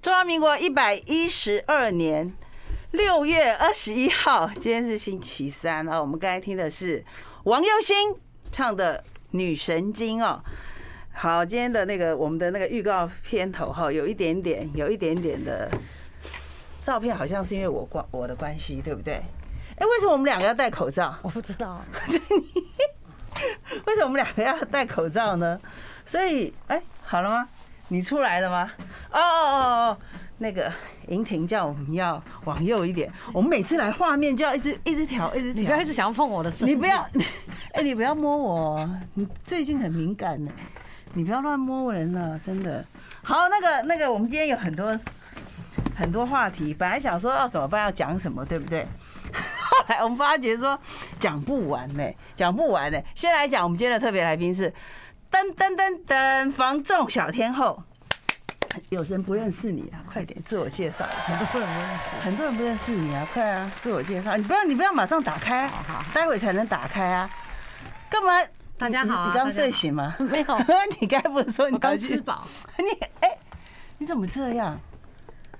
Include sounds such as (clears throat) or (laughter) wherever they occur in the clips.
中华民国一百一十二年六月二十一号，今天是星期三啊。我们刚才听的是王佑兴唱的《女神经》哦。好，今天的那个我们的那个预告片头哈，有一点点，有一点点的照片，好像是因为我关我的关系，对不对？哎，为什么我们两个要戴口罩？我不知道， (laughs) 为什么我们两个要戴口罩呢？所以，哎、好了吗？你出来了吗？哦哦哦哦，那个莹婷叫我们要往右一点。我们每次来画面就要一直一直调，一直你不要调一。直想要碰我的事，你不要， (laughs) 哎、你不要摸我哦，你最近很敏感呢、你不要乱摸人了，真的。好，那个那个，我们今天有很多很多话题，本来想说要怎么办，要讲什么，对不对？后来我们发觉说讲不完呢、讲不完呢、先来讲我们今天的特别来宾是噔噔噔噔防重小天后，有人不认识你啊，快点自我介绍一下。很多人不认识。很多人不认识你啊，快啊，自我介绍，你不要你不要马上打开好好，好待会才能打开啊，干嘛？大家好啊你你刚大家好睡醒吗？没有 (laughs) 你该不是说你我刚要去吃？饱， (laughs) 你哎、你怎么这样？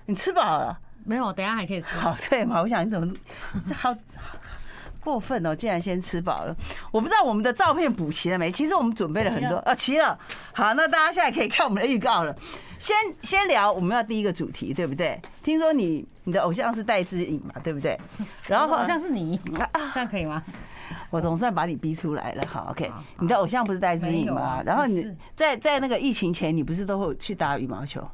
你吃饱了？没有，等一下还可以吃。 (laughs) 好对嘛？我想你怎么这好过分哦，竟然先吃饱了。我不知道我们的照片补齐了没？其实我们准备了很多，呃，齐了。好，那大家现在可以看我们的预告了。先先聊我们要第一个主题，对不对？听说你你的偶像是戴志颖嘛，对不对？然后好像是你，啊这样可以吗？我总算把你逼出来了。好，OK，好好你的偶像不是戴志没颖有啊吗？然后不你是在在那个疫情前，你不是都会去打羽毛球？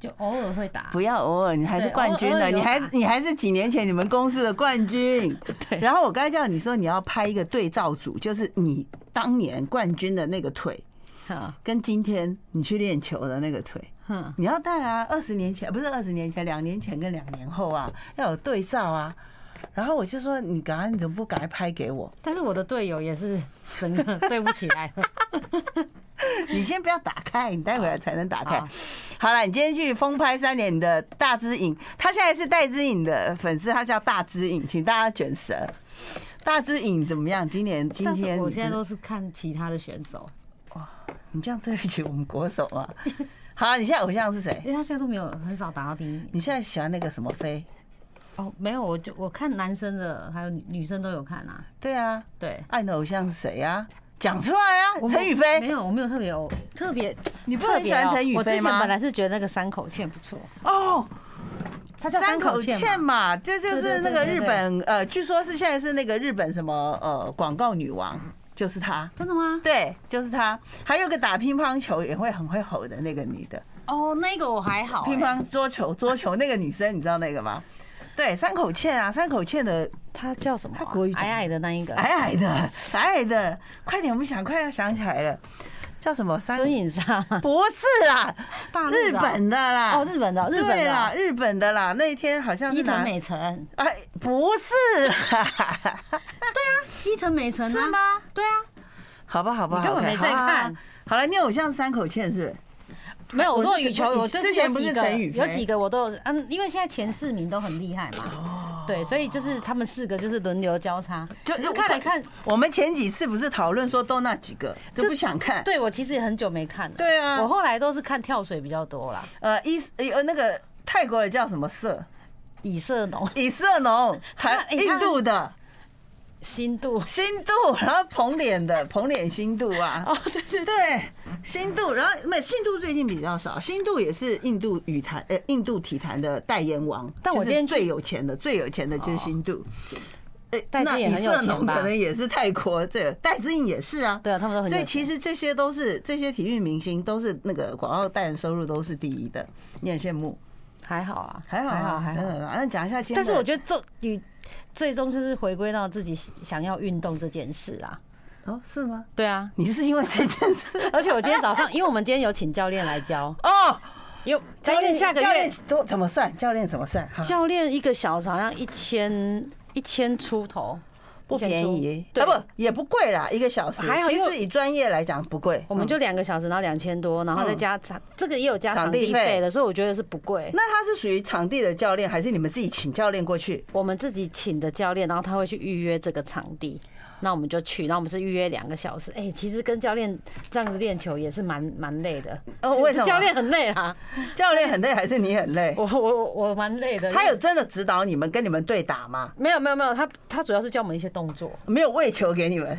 就偶尔会打不，要偶尔，你还是冠军的，对偶尔有你还打你还是几年前你们公司的冠军。对然后我刚才叫你说你要拍一个对照组，就是你当年冠军的那个腿，哼跟今天你去练球的那个腿，哼，你要带啊，二十年前不是二十年前，两年前跟两年后啊，要有对照啊。然后我就说你赶快，你怎么不赶快拍给我？ (laughs) 但是我的队友也是整个对不起来了，你先不要打开，你待会儿才能打开好。好了，你今天去风拍三年你的大只影，他现在是戴之颖的粉丝，他叫大只影，请大家卷舌。大只影怎么样？今年今但是天我现在都是看其他的选手，你这样对不起我们国手啊。 (laughs) 好，你现在偶像是谁因？为他现在都没有很少打到第一名。你现在喜欢那个什么飞？哦，没有，我就我看男生的，还有女女生都有看啊。对啊，对，爱的偶像是谁啊？讲出来啊！我陈宇没飞，有，我没有特别偶特别，你不是很喜欢特别哦陈宇我之飞前吗本来是觉得那个山口茜不错，哦，他叫山口茜茜嘛。嘛，这就是那个对对对日本呃，据说是现在是那个日本什么呃广告女王，就是她。真的吗？对，就是她。还有个打乒乓球也会很会吼的那个女的，哦，那个我还好、欸乒乓桌球桌球那个女生，你知道那个吗？对，山口茜啊，山口茜的他叫什么啊、他国语讲矮矮的那一个，矮矮的，矮矮的，快点，我们想快要想起来了，叫什么？山孙颖莎，不是啦，大陆的啊日本的啦，哦，日本的，日本对的啦，啊，日本的啦。那一天好像伊是藤哪？美诚，哎，不是 (laughs) 啦。伊藤美诚、啊、是吗？ (laughs) 对啊，好吧，好吧，你根本好吧没在看好啊好了，你偶像是山口茜是不是？没有，我我做是羽球，我我就之是前有不是几陈个，宇有飞几个我都有，嗯，因为现在前四名都很厉害嘛，对，所以就是他们四个就是轮流交叉，就可是看来看，我们前几次不是讨论说都那几个，就不想看。对我其实也很久没看了，对啊我后来都是看跳水比较多啦，呃，伊呃那个泰国的叫什么色？以色农、以色农，台哎印他度的新度，新度，然后捧脸的 (laughs) 捧脸新度啊。哦，对对对，新度，然后没新度最近比较少，新度也是印度羽坛呃印度体坛的代言王，但我就是今天去哦最有钱的最有钱的就是新度，呃，戴那资颖以很有色钱农吧可能也是泰国这个戴资颖也是啊，对啊，他们都很有所以钱，其实这些都是这些体育明星都是那个广告代言收入都是第一的，你很羡慕，还好啊，还好还好，还真好。的啦。那讲一下今天的，但是我觉得做你最终就是回归到自己想要运动这件事啊。得哦是吗？对啊，你是因为这件事 (laughs) 而且我今天早上，因为我们今天有请教练来教，哦，因为教练下个教月练都怎么算？教练怎么算？哈教练一个小时好像一千一千出头，不便宜，对啊不也不贵啦，一个小时。还好其因实为以专业来讲不贵。嗯我们就两个小时，然后两千多，然后再加场，这个也有加场场地地费费的，所以我觉得是不贵。那他是属于场地的教 (laughs) 练，还是你们自己请教练过去？我们自己请的教练，然后他会去预约这个场地，那我们就去，那我们是预约两个小时。哎，其实跟教练这样子练球也是蛮蛮累的。哦为什么教练很累啊，教练很累还是你很累？ (laughs) 我我我我蛮累的。他有真的指导你们跟你们对打吗？没有没有没有，他他主要是教我们一些动作，没有喂球给你们，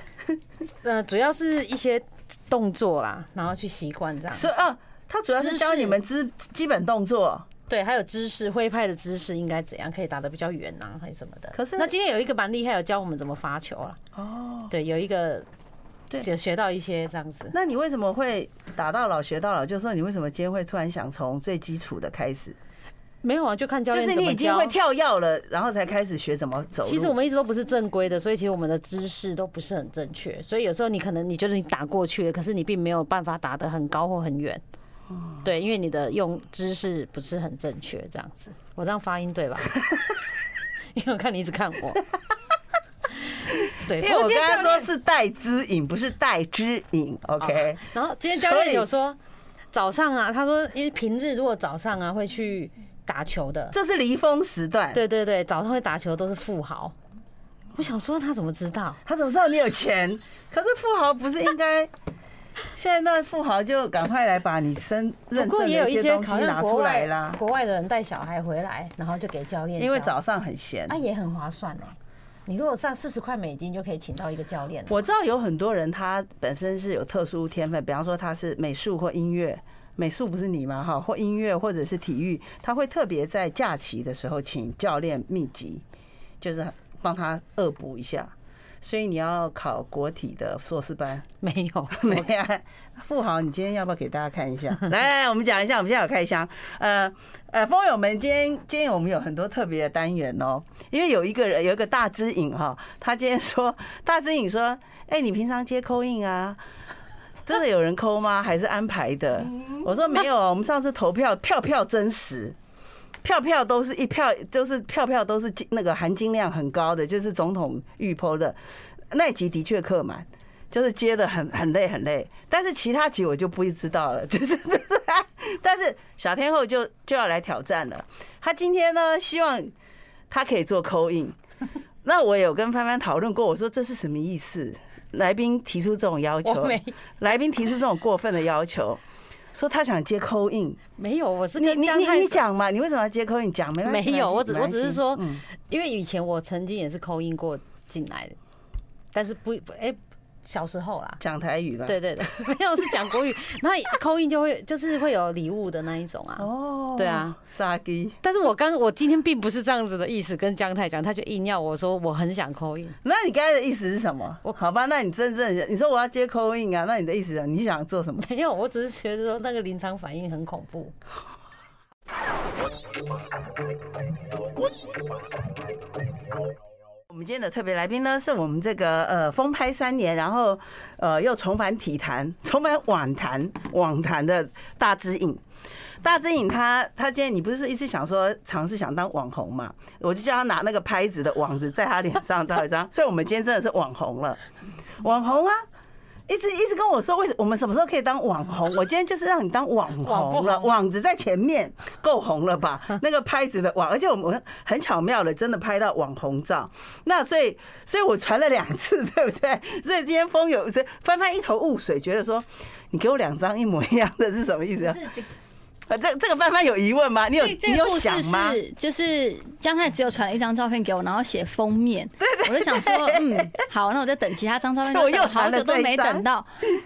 呃，主要是一些动作啦，然后去习惯这样。所以啊，他主要是教你们基基本动作。对，还有姿势，挥拍的姿势应该怎样可以打得比较远啊，还是什么的。可是那今天有一个蛮厉害，有教我们怎么发球啦。哦，对，有一个对有学到一些这样子。那你为什么会打到老学到老？就是说你为什么今天会突然想从最基础的开始？没有啊，就看教就练是怎你么已经教会。跳药了，然后才开始学怎么走路。其实我们一直都不是正规的，所以其实我们的姿势都不是很正确，所以有时候你可能你觉得你打过去了，可是你并没有办法打得很高或很远。哦对，因为你的用姿势不是很正确，这样子，我这样发音 (laughs) 对吧？因为我看你一直看我。对，因不为过哎我跟今天哦他教说练是带之引，不是带之引。OK，然后今天教练所以有说，早上啊，他说因为平日如果早上啊会去打球的，这是离峰时段。，对对对，早上会打球都是富豪。我想说他怎么知道？他怎么知道你有钱？可是富豪不是应 (laughs) 该？现在那富豪就赶快来把你身不认过证也有的一些东西好像拿国出来外啦，国外的人带小孩回来，然后就给教练教，因为早上很闲啊。也很划算呢、你如果上四十块美金就可以请到一个教练了，我知道有很多人他本身是有特殊天分，比方说他是美术或音乐，美术不是你嘛哈，或音乐或者是体育，他会特别在假期的时候请教练密集，就是帮他恶补一下。所以你要考国体的硕士班， (laughs) 没有。没啊？富豪，你今天要不要给大家看一下？来来，来我们讲一下，我们现在有开箱。呃呃，风友们，今天今天我们有很多特别的单元哦，因为有一个人有一个大知影哈，他今天说大知影说，哎、你平常接扣印啊？ (laughs) 真的有人抠吗？还是安排的？嗯我说没有，我们上次投票票票真实。票票都是一票，就是票票都是金那个含金量很高的，就是总统预剖的那一集的确客满，就是接的很很累很累，但是其他集我就不知道了， (laughs) 就是就是，但是小天后就就要来挑战了，她今天呢希望她可以做扣印，那我有跟帆帆讨论过，我说这是什么意思？来宾提出这种要求我没，来宾提出这种过分的要求，说他想接扣印，没有，我是你跟你姜你太你讲嘛，你为什么要接扣？你讲没关系。啊没有，我只没我关系只是说嗯，因为以前我曾经也是扣音过进来的，但是不不哎、小时候啦，讲台语吧。对，对对， (laughs) 没有是讲国 (laughs) 语，然后扣音就会就是会有礼物的那一种啊。哦，对啊，杀鸡。但是我刚我今天并不是这样子的意思跟姜太讲，他就硬要我说我很想扣音，那你刚才的意思是什么？我好吧，那你真正你说我要接扣印啊，那你的意思是你想做什 (laughs) 么？没有，我只是觉得说那个临场反应很恐怖。我们今天的特别来宾呢，是我们这个呃风拍三年，然后呃又重返体坛、重返网坛、网坛的大知影。大知影他他今天你不是一直想说尝试想当网红嘛？我就叫他拿那个拍子的网子在他脸上照一张，所以我们今天真的是网红了，网红啊！一直一直跟我说，为什我们什么时候可以当网红？我今天就是让你当网网不红了，红网子在前面够红了吧？那个拍子的网，而且我们很巧妙的真的拍到网红照。那所以，所以我传了两次， (laughs) 对不对？所以今天风有这翻翻一头雾水，觉得说你给我两张一模一样的是什么意思啊？是这啊，这这个范范有疑问吗？你有这你这个有故事想吗？是就是江太只有传了一张照片给我，然后写封面，我就想说嗯好，那我再等其他张照 (laughs) 片，就我又等好传了久都这一没张等到，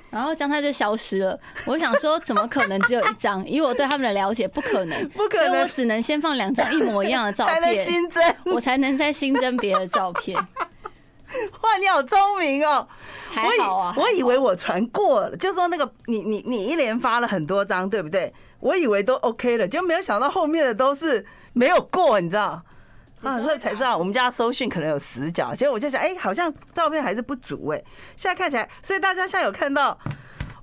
然后江太就消失了。我想说怎么可能只有一张？以我对他们的了解，不可能， (laughs) 不可能所以我只能先放两张一模一样的 (laughs) 照才能片，新增，我才能再新增别的照 (laughs) 片。哇，你好聪明哦！还好啊，我以我以为我传过了，就说那个你你你一连发了很多张，对不对？我以为都 OK 了，就没有想到后面的都是没有过，你知道？啊，所以才知道我们家搜讯可能有死角，结果我就想，哎、好像照片还是不足哎、现在看起来，所以大家现在有看到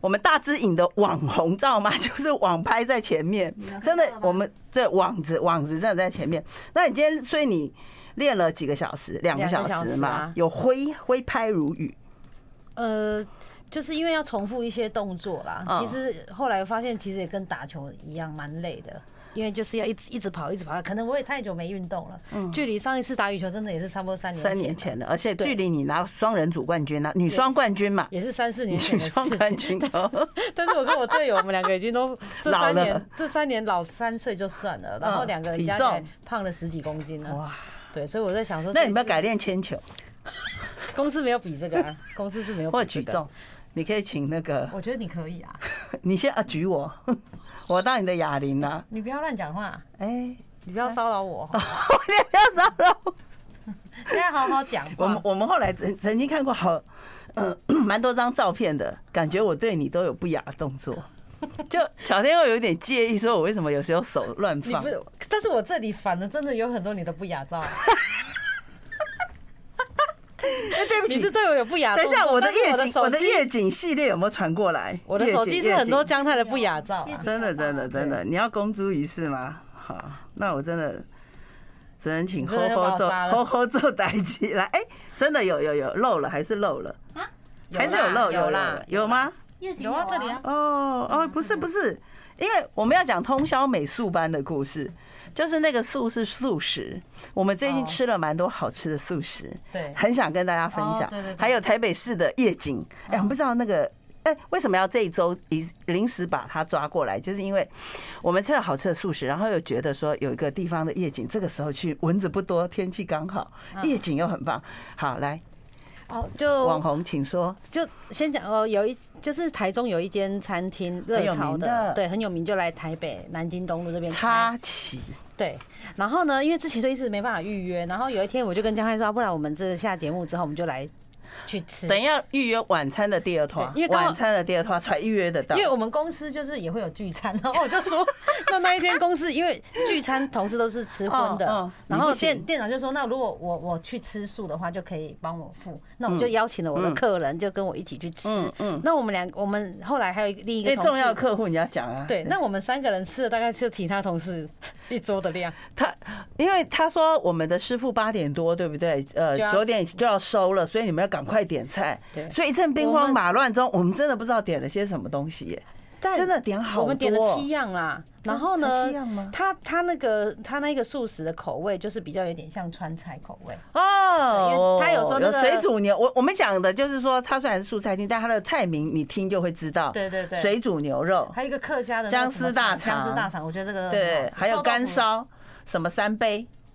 我们大之影的网红照吗？ (laughs) 就是网拍在前面，真的，我们这网子网子真的在前面。那你今天，所以你练了几个小时？两个两小个小时时嘛啊，有挥挥拍如雨。呃，就是因为要重复一些动作啦。嗯其实后来发现，其实也跟打球一样，蛮累的。因为就是要一直一直跑，一直跑。可能我也太久没运动了，距离上一次打羽球真嗯的也是差不多三年嗯三前年吧前了，而且对距离你拿双人组冠军了，啊女双冠军嘛，也是三四年女前的双冠事情。军 (laughs) 哦，但是我跟我队友，我们两个已经 (laughs) 都这老三了年，这三年老三岁就算了，然后嗯两个人体加起来重胖了十几公斤了。哇！对，所以我在想说，那你们要改练铅球这次公司没有比这个啊，公司是没有比或这举个重，，你可以请那个，我觉得你可以啊，你先啊举我， (laughs) 我当你的哑铃啊啦。你不要乱讲话， (laughs) 哎，你不要骚扰我，我也不要骚扰我。现在好好讲我们话。我们后来曾曾经看过好，呃， (clears throat) 蛮多张照片的，感觉我对你都有不雅的动 (laughs) 作。就小天佑有点介意，说我为什么有时候手乱你放不，，但是我这里反正真的有很多你的不雅照，哎对不你起是，对我有不雅等动一作。下，我的但是夜我的景，我手的机，夜景系列有没有传过来？我的手机是很多夜景江太的不雅照啊，真的，真的，真的，你要公诸于世吗？好，那我真的只能请你吼真的要把吼我做杀 (laughs) 了吼吼做代机来。哎、真的有有有漏了，还是漏了，还是有啦漏有啦啦，有？吗？夜景有啊，这里啊，哦哦，不是不是，因为我们要讲通宵美术班的故事，就是那个素是素食，我们最近哦吃了蛮多好吃的素食，对，很想跟大家分享哦对对对。哦还有台北市的夜景，哎，我不知道那个。哎，为什么要这一周临临时把它抓过来？就是因为我们吃了好吃的素食，然后又觉得说有一个地方的夜景，这个时候去蚊子不多，天气刚好，嗯夜景又很棒。好，来，哦，就网红请说。就先讲哦，有一就是台中有一间餐厅热很有潮名的对，很有名，就来台北南京东路这边开插旗，对。然后呢，因为之前就一直没办法预约，然后有一天我就跟江汉说，啊不然我们这个下节目之后我们就来去吃，等一下预约晚餐的第二团，对因为刚好晚餐的第二团啊才预约得到因。为我们公司就是也会有聚餐，然后我就说，那那一天公司因为聚餐同事都是吃荤哦哦的，你然不后行店店长就说，那如果我我去吃素的话，就可以帮我付，那我就邀请了我的客人，就跟我一起去吃嗯嗯。那我们两我们后来还有另一因为个哎同重要事。客户你要讲啊。对，那我们三个人吃的大概就其他同事一桌的量，他，因为他说我们的师傅八点多，对不对？呃，就要九点就要收了，所以你们要赶快点菜。对所以一阵兵我荒们马乱中，我们真的不知道点了些什么东西耶，但真的点好多。我们点了七样啦。然后才呢七样吗，它它那个它那个素食的口味就是比较有点像川菜口味，哦因为，他有说那个水煮牛，我我们讲的就是说，它虽然是素菜厅，但它的菜名你听就会知道。对对对水煮牛肉，还有一个客家的那个什姜丝么大肠姜丝大肠，我觉得这个很对好，吃还有干，臭豆烧，什么三杯，腐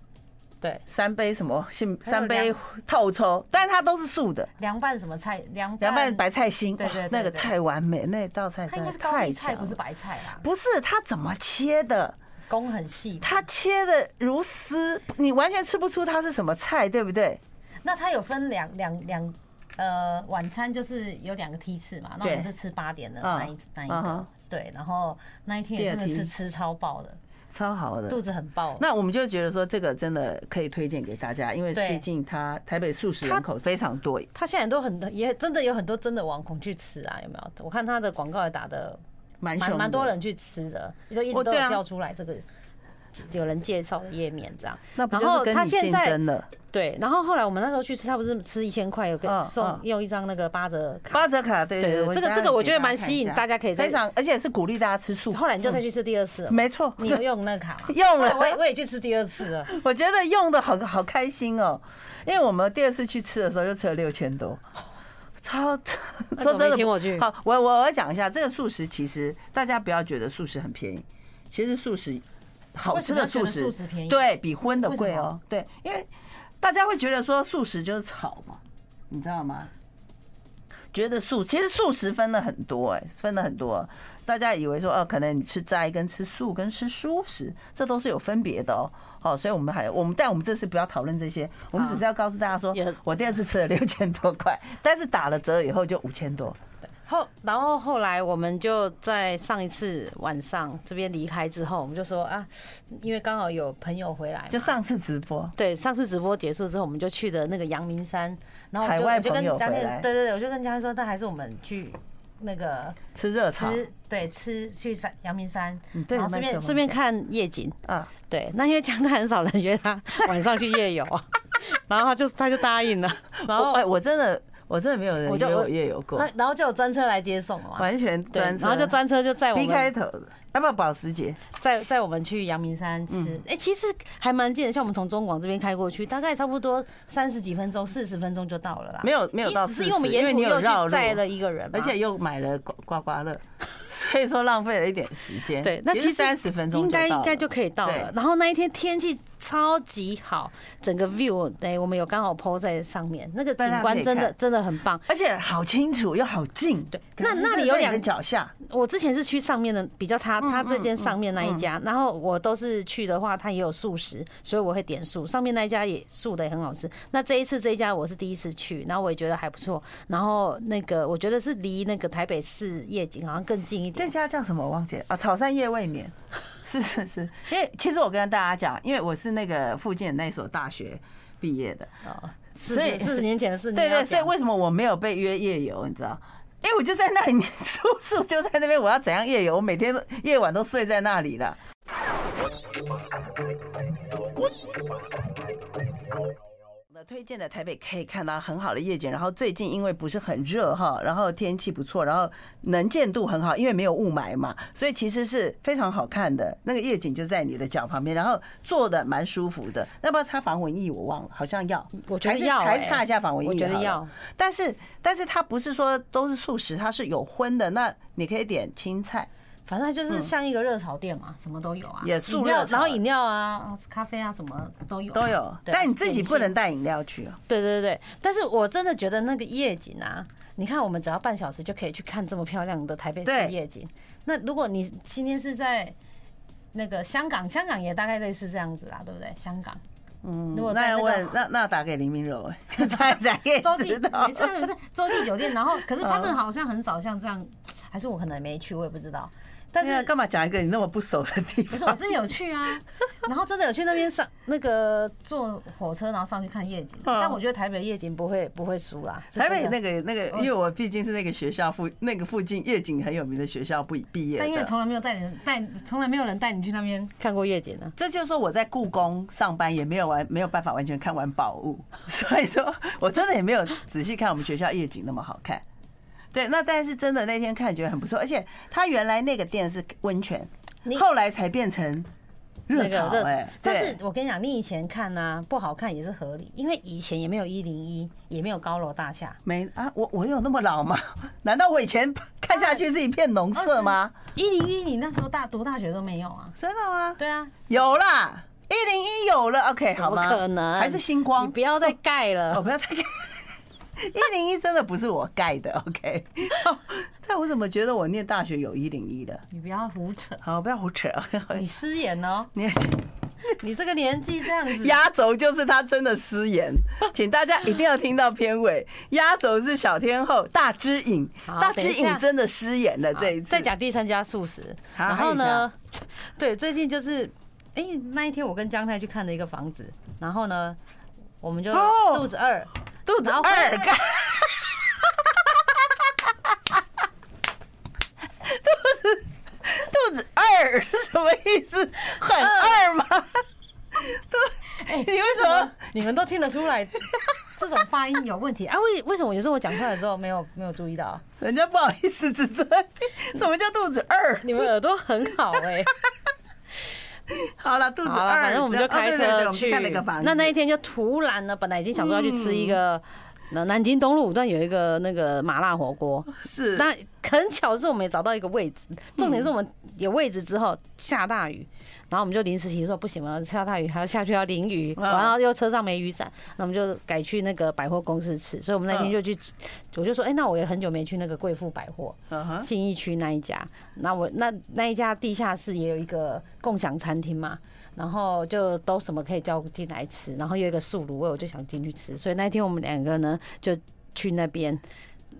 对，三杯什么杏，还有三杯凉透抽，但它都是素的。凉拌什么菜，凉凉拌白，菜心，对哇对对那个对太完美，那道菜它真应的该是高太丽菜，强不是了。白菜啦，不是它怎么切的？工很细。它切的如丝，你完全吃不出它是什么菜，对不对？那它有分两两两。呃，晚餐就是有两个梯次嘛，那我对们是吃八点的那一、嗯那一嗯个哼，对，然后那一天也真的第二是梯吃超爆的，超好肚的。子很爆。那我们就觉得说这个真的可以推荐给大家，因为对毕竟它台北素食人口非常多。他现在都很多，也真的有很多真的网红去吃啊，有没有？我看他的广告也打的蛮蛮凶蛮的多人去吃的，就一哦直都对啊有跳出来这个有人介绍的页面这样。那不然就是后跟他你现竞在争了？对，然后后来我们那时候去吃，他不是吃一千块有嗯个送嗯用一张那个八折卡，八折卡，对对对，这个等一下这个我觉得给蛮吸引看一下大家可以在非常，而且是鼓励大家吃素。后来你就再去吃第二次了，没错，你有用那个卡吗？ (laughs) 用了我也我也去吃第二次了， (laughs) 我觉得用的好好开心哦，因为我们第二次去吃的时候就吃了六千多，超怎说么真没的请我去好，我我我讲一下这个素食，其实大家不要觉得素食很便宜，其实素食好吃的素为什么要觉食得素食便宜对比荤的贵为什哦么，对，因为大家会觉得说素食就是炒嘛，你知道吗？觉得素其实素食分了很多哎、分了很多。大家以为说哦、可能你吃斋跟吃素跟吃蔬食，这都是有分别的哦。好，所以我们还我们但我们这次不要讨论这些，我们只是要告诉大家说有，我第二次吃了六千多块，但是打了折以后就五千多。后然后后来我们就在上一次晚上这边离开之后，我们就说啊，因为刚好有朋友回来嘛，就上次直播，对，上次直播结束之后，我们就去的那个阳明山，然后我海就外我就朋跟友嘉回天来对对对，我就跟嘉天说，那还是我们去那个吃热炒吃，对，吃去山阳明山嗯，对然着麦克后顺便风顺便看夜景。啊，对，那因为江太很少 (laughs) 人约他晚上去夜游啊，然后他就他就答应了，然我后哎，我真的。我真的没有人我就约我我夜游过那，然后就有专车来接送了嘛。完全对，专然车，后就专车就载我 B 开们，头的，啊不，保时捷，载载我们去阳明山嗯吃。哎，其实还蛮近的，像我们从中广这边开过去，大概差不多三十几分钟、四十分钟就到了啦。没有没有一到只四十，是因为我们因为沿途你有又绕去路载了一个人嘛，而且又买了刮刮刮乐， (laughs) 所以说浪费了一点时间。对，那其实三十分钟应该到应该了就可以到了对。然后那一天天气超级好，整个 view 对，我们有刚好 po 在上面，那个大家景观可以真的看真的很棒。而且好清楚又好近。对可能那是那里在有你的两脚下，我之前是去上面的，比较他他这间上面那一家，然后我都是去的话，他也有素食，所以我会点素。上面那一家也素的也很好吃。那这一次这一家我是第一次去，然后我也觉得还不错。然后那个我觉得是离那个台北市夜景好像更近一这点。家叫什么我忘记了啊？草山夜未眠，是是是，因为其实我跟大家讲，因为我是那个附近的那所大学毕业的，哦，所所以四十年前的事，对你要对，所以讲为什么我没有被约夜游？你知道？因为我就在那里，你 (laughs) 叔叔就在那边，我要怎样夜游？我每天都夜晚都睡在那里了。那推荐的台北可以看到很好的夜景，然后最近因为不是很热哈，然后天气不错，然后能见度很好，因为没有雾霾嘛，所以其实是非常好看的。那个夜景就在你的脚旁边，然后坐的蛮舒服的。要不要擦防蚊液？我忘了，好像要，我觉得还是要还欸擦一下防蚊液，我觉得要。但是，但是它不是说都是素食，它是有荤的。那你可以点青菜，反正它就是像一个热炒店嘛，什么都有啊，也素饮料热炒然后饮料啊、咖啡啊，什么都有啊都有。对啊但你自己不能点心带饮料去哦。对对对，但是我真的觉得那个夜景啊，你看我们只要半小时就可以去看这么漂亮的台北对市夜景。那如果你今天是在那个香港，香港也大概类似这样子啦，对不对？香港，嗯，如果在那那我个那那打给林明柔，欸 (laughs) 才才可以 (laughs) 洲际，知道 (laughs) 没。事没事，洲际酒店，然后可是他们好像很少像这样，还是我可能没去，我也不知道。但对啊是干嘛讲一个你那么不熟的地 (laughs) 不是，我方？真的有去 (laughs) 啊，然后真的有去那边上那个坐火车，然后上去看夜景。嗯但我觉得台北夜景不会不会输啦，台北那个，个那个，因为我毕竟是那个学校附那个附近夜景很有名的学校毕毕业但因为的。从来没有带人带，从来没有人带你去那边看过夜景啊。这就是说我在故宫上班也没有完没有办法完全看完宝物， (laughs) 所以说我真的也没有仔细看我们学校夜景那么好看。对，那但是真的那天看觉得很不错，而且它原来那个店是温泉你，后来才变成热潮那个哎、但对是我跟你讲，你以前看呢、不好看也是合理，因为以前也没有一零一，也没有高楼大厦，没啊，我我有那么老吗？ (laughs) 难道我以前看下去是一片农舍吗？一零一你那时候大读大学都没有啊。真的吗？对啊，有啦，一零一有了，OK 好怎么吗？可能？还是星光哦你不？要再盖我了。不要 (laughs) 再盖。一零一真的不是我盖的，OK？但哦我怎么觉得我念大学有一零一的？你不要胡扯，好，不要胡扯。 (laughs) 你失言哦！你你这个年纪这样 (laughs) 子，压轴就是他真的失 (laughs) 言，请大家一定要听到片尾。压轴是小天后大知影，好大知等一下影真的失言了这一次。再讲第三家素食，好然还有后一呢，对，最近就是，哎、那一天我跟江太去看了一个房子，然后呢，我们就哦肚子饿，肚子然后回来二干， (laughs) 肚子肚子二是什么意思？很二吗？哎、你为什么？你们都听得出来这种发音有问题啊？为为什么有时候我讲出来的时候没有没有注意到？人家不好意思指责你，什么叫肚子二？你们耳朵很好哎、好了，肚子 (laughs) 好了， (laughs) 二，反正我们就开哦对对对车我们去。看了个房子。那那一天就突然呢，本来已经想说要去吃一个。那南京东路五段有一个那个麻辣火锅，是那很巧的是我们也找到一个位置，重点是我们有位置之后下大雨，然后我们就临时起意说不行嘛，下大雨还要下去要淋雨，嗯然后又车上没雨伞，那我们就改去那个百货公司吃，所以我们那嗯天就去，我就说哎、那我也很久没去那个贵妇百货嗯哼信义区那一家，那我那那一家地下室也有一个共享餐厅嘛。然后就都什么可以叫进来吃，然后有一个素卤味，我就想进去吃，所以那一天我们两个呢就去那边，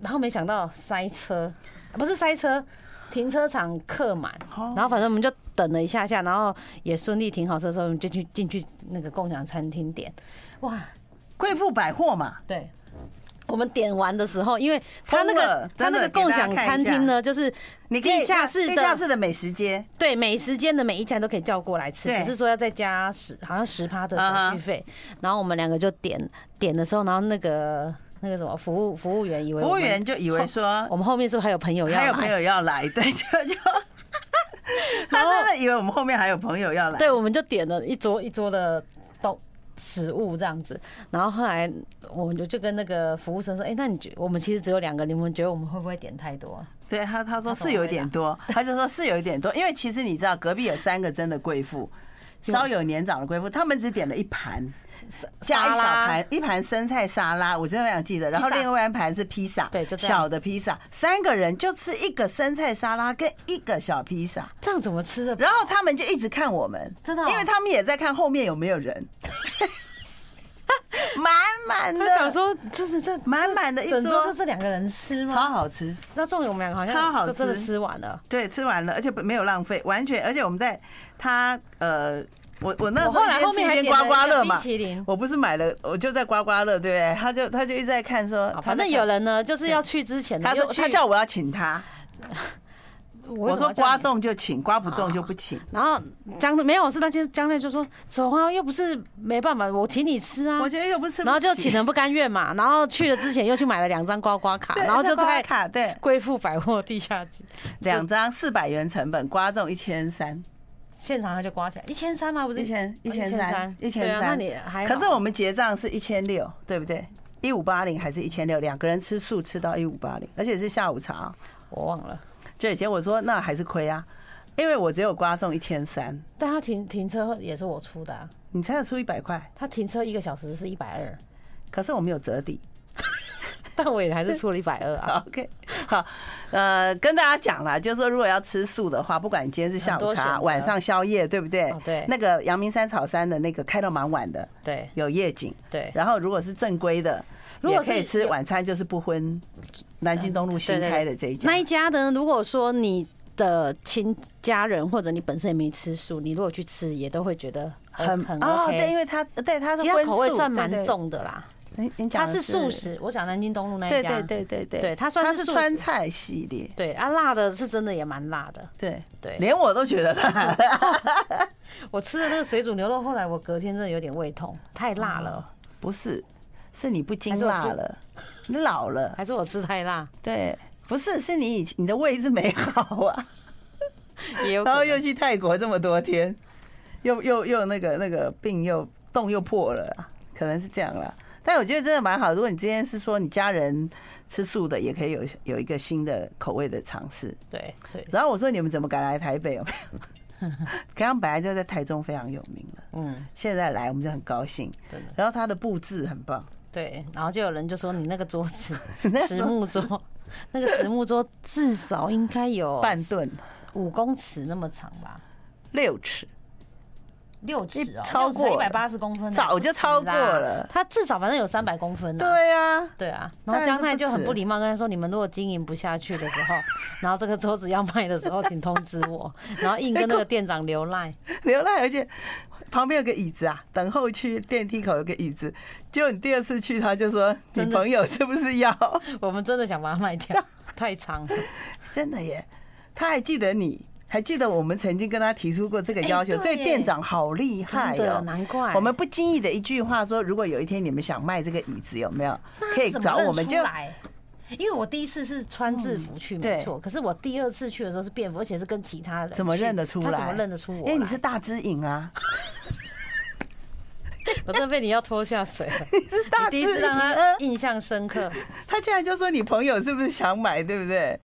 然后没想到塞车，啊不是塞车，停车场客满，哦然后反正我们就等了一下下，然后也顺利停好车之后，我们就去进去那个共享餐厅点，哇，贵妇百货嘛，对。我们点完的时候，因为他那疯了个他真的那个给共大家享看餐一下厅呢，就是你可以地下室的地下室的美食街，对，每时间的每一家都可以叫过来吃，对只是说要再加十，好像十趴的啊手哈续费。然后我们两个就点点的时候，然后那个。那个什么服务服务员以为服我务们员就以为说我们后面是不是还有朋友要还有朋来？友要来，对，就 (laughs) 就他真的以为我们后面还有朋友要来，对，我们就点了一桌一桌的东食物这样子，然后后来我们就就跟那个服务生说：“哎、那你觉我们其实只有两个，你们觉得我们会不会点太多、啊？”对他他说是有一点多，他就说是有一点多，因为其实你知道隔壁有三个真的贵妇，稍有年长的贵妇，他们只点了一盘，加一小盘一盘生菜沙拉，我真的非常记得，然后披萨另外一盘是披萨，对就这样小的披萨，三个人就吃一个生菜沙拉跟一个小披萨，这样怎么吃的？然后他们就一直看我们，真的哦因为他们也在看后面有没有人， (laughs) 满满的，他想说，真啊的这满满的一整桌就桌，这两个人吃超吗？好吃。那重点我们两个好超好像吃就真的吃完了。对，吃完了，而且没有浪费，完全，而且我们在他呃，我我那时我候后来边后面吃还边点了刮刮一个乐冰嘛，淇淋。我不是买了，我就在刮刮乐，对不对？他就他就一直在看说，好他反在正有人呢，就是要去之前呢，看，他又说去他叫我要请他，我为我什说么要叫刮你啊中就请，刮不中就不请。然后江没有是那天江内就说走啊，又不是没办法，我请你吃啊我。觉得又不是吃不起，然后就请人不甘愿嘛，然后去了之前又去买了两张刮刮卡，对，然后就刮刮在卡对，贵妇百货地下街两张四百元成本，刮中一千三，现场他就刮起来哦一千三吗？不是一千一千1300三，一对千啊三。那你还好可是我们结账是一千六，对不对？一五八零还是一千六？两个人吃素吃到一五八零，而且是下午茶哦、我忘了，就以前我说那还是亏啊，因为我只有刮中一千三，但他停停车也是我出的、啊，你才有出一百块，他停车一个小时是一百二，可是我没有折抵。但我也还是出了一百二啊。好 OK，好，呃，跟大家讲啦，就是说如果要吃素的话，不管你今天是下很午多选茶、择晚上宵夜，对不对哦？对那个阳明山草山的那个开到蛮晚的，对有夜景。对然后如果是正规的，如果也可以是吃有晚餐，就是不分南京东路新开的这一家那。一家呢？如果说你的亲家人或者你本身也没吃素，你如果去吃，也都会觉得很啊很哦，对，因 OK。为它对它是其实它荤口味素算对蛮对重的啦，你你讲它的是素食。我讲南京东路那对一家，对对对对，对它算它是是素川食菜系列，对啊，辣的是真的也蛮辣的。对对连我都觉得辣。我吃的那个水煮牛肉，后来我隔天真的有点胃痛，太辣了，不是，是你不经还是我辣吃了，你老了，还是我吃太辣，对，不是，是你以前你的胃是没好啊，也有可然后能。又去泰国这么多天，又又又那个那个病又洞又破了啊，可能是这样啦。但我觉得真的蛮好，如果你今天是说你家人吃素的，也可以有有一个新的口味的尝试。对，所以然后我说你们怎么敢来台北？有没有？ (laughs) 刚刚本来就在台中非常有名了，嗯，现在来我们就很高兴真的。然后它的布置很棒，对，然后就有人就说你那个桌子 (laughs) 那实桌木桌，那个实木桌至少应该有半吨五公尺那么长吧，六尺，六尺哦，超过一百八十公分，啊早就超过了他至少反正有三百公分、啊。对呀、啊，对啊，当然然是后江太就不很止不礼貌，跟他说：“你们如果经营不下去的时候， (laughs) 然后这个桌子要卖的时候，请通知我。”然后硬跟那个店长留赖， (laughs) 流浪，而且旁边有个椅子啊，等候区电梯口有个椅子。结果你第二次去，他就说你真的朋友是不是要？我们真的想把它 (laughs) 卖掉，太长了。 (laughs) 真的耶，他还记得你，还记得我们曾经跟他提出过这个要求，哎对所以店长好厉害真哦、的，难怪我们不经意的一句话说，如果有一天你们想卖这个椅子，有没有可以怎么找认我们？出就嗯来因为我第一次是穿制服去，对没错。可是我第二次去的时候是便服，而且是跟其他人去。怎么认得出来？他怎么认得出我因来？为你是大只影啊，我真的被你要拖下水了。你 (laughs) 是大 (laughs) 你只第一影次让啊他。印象深刻。他竟然就说你朋友是不是想买，对不对？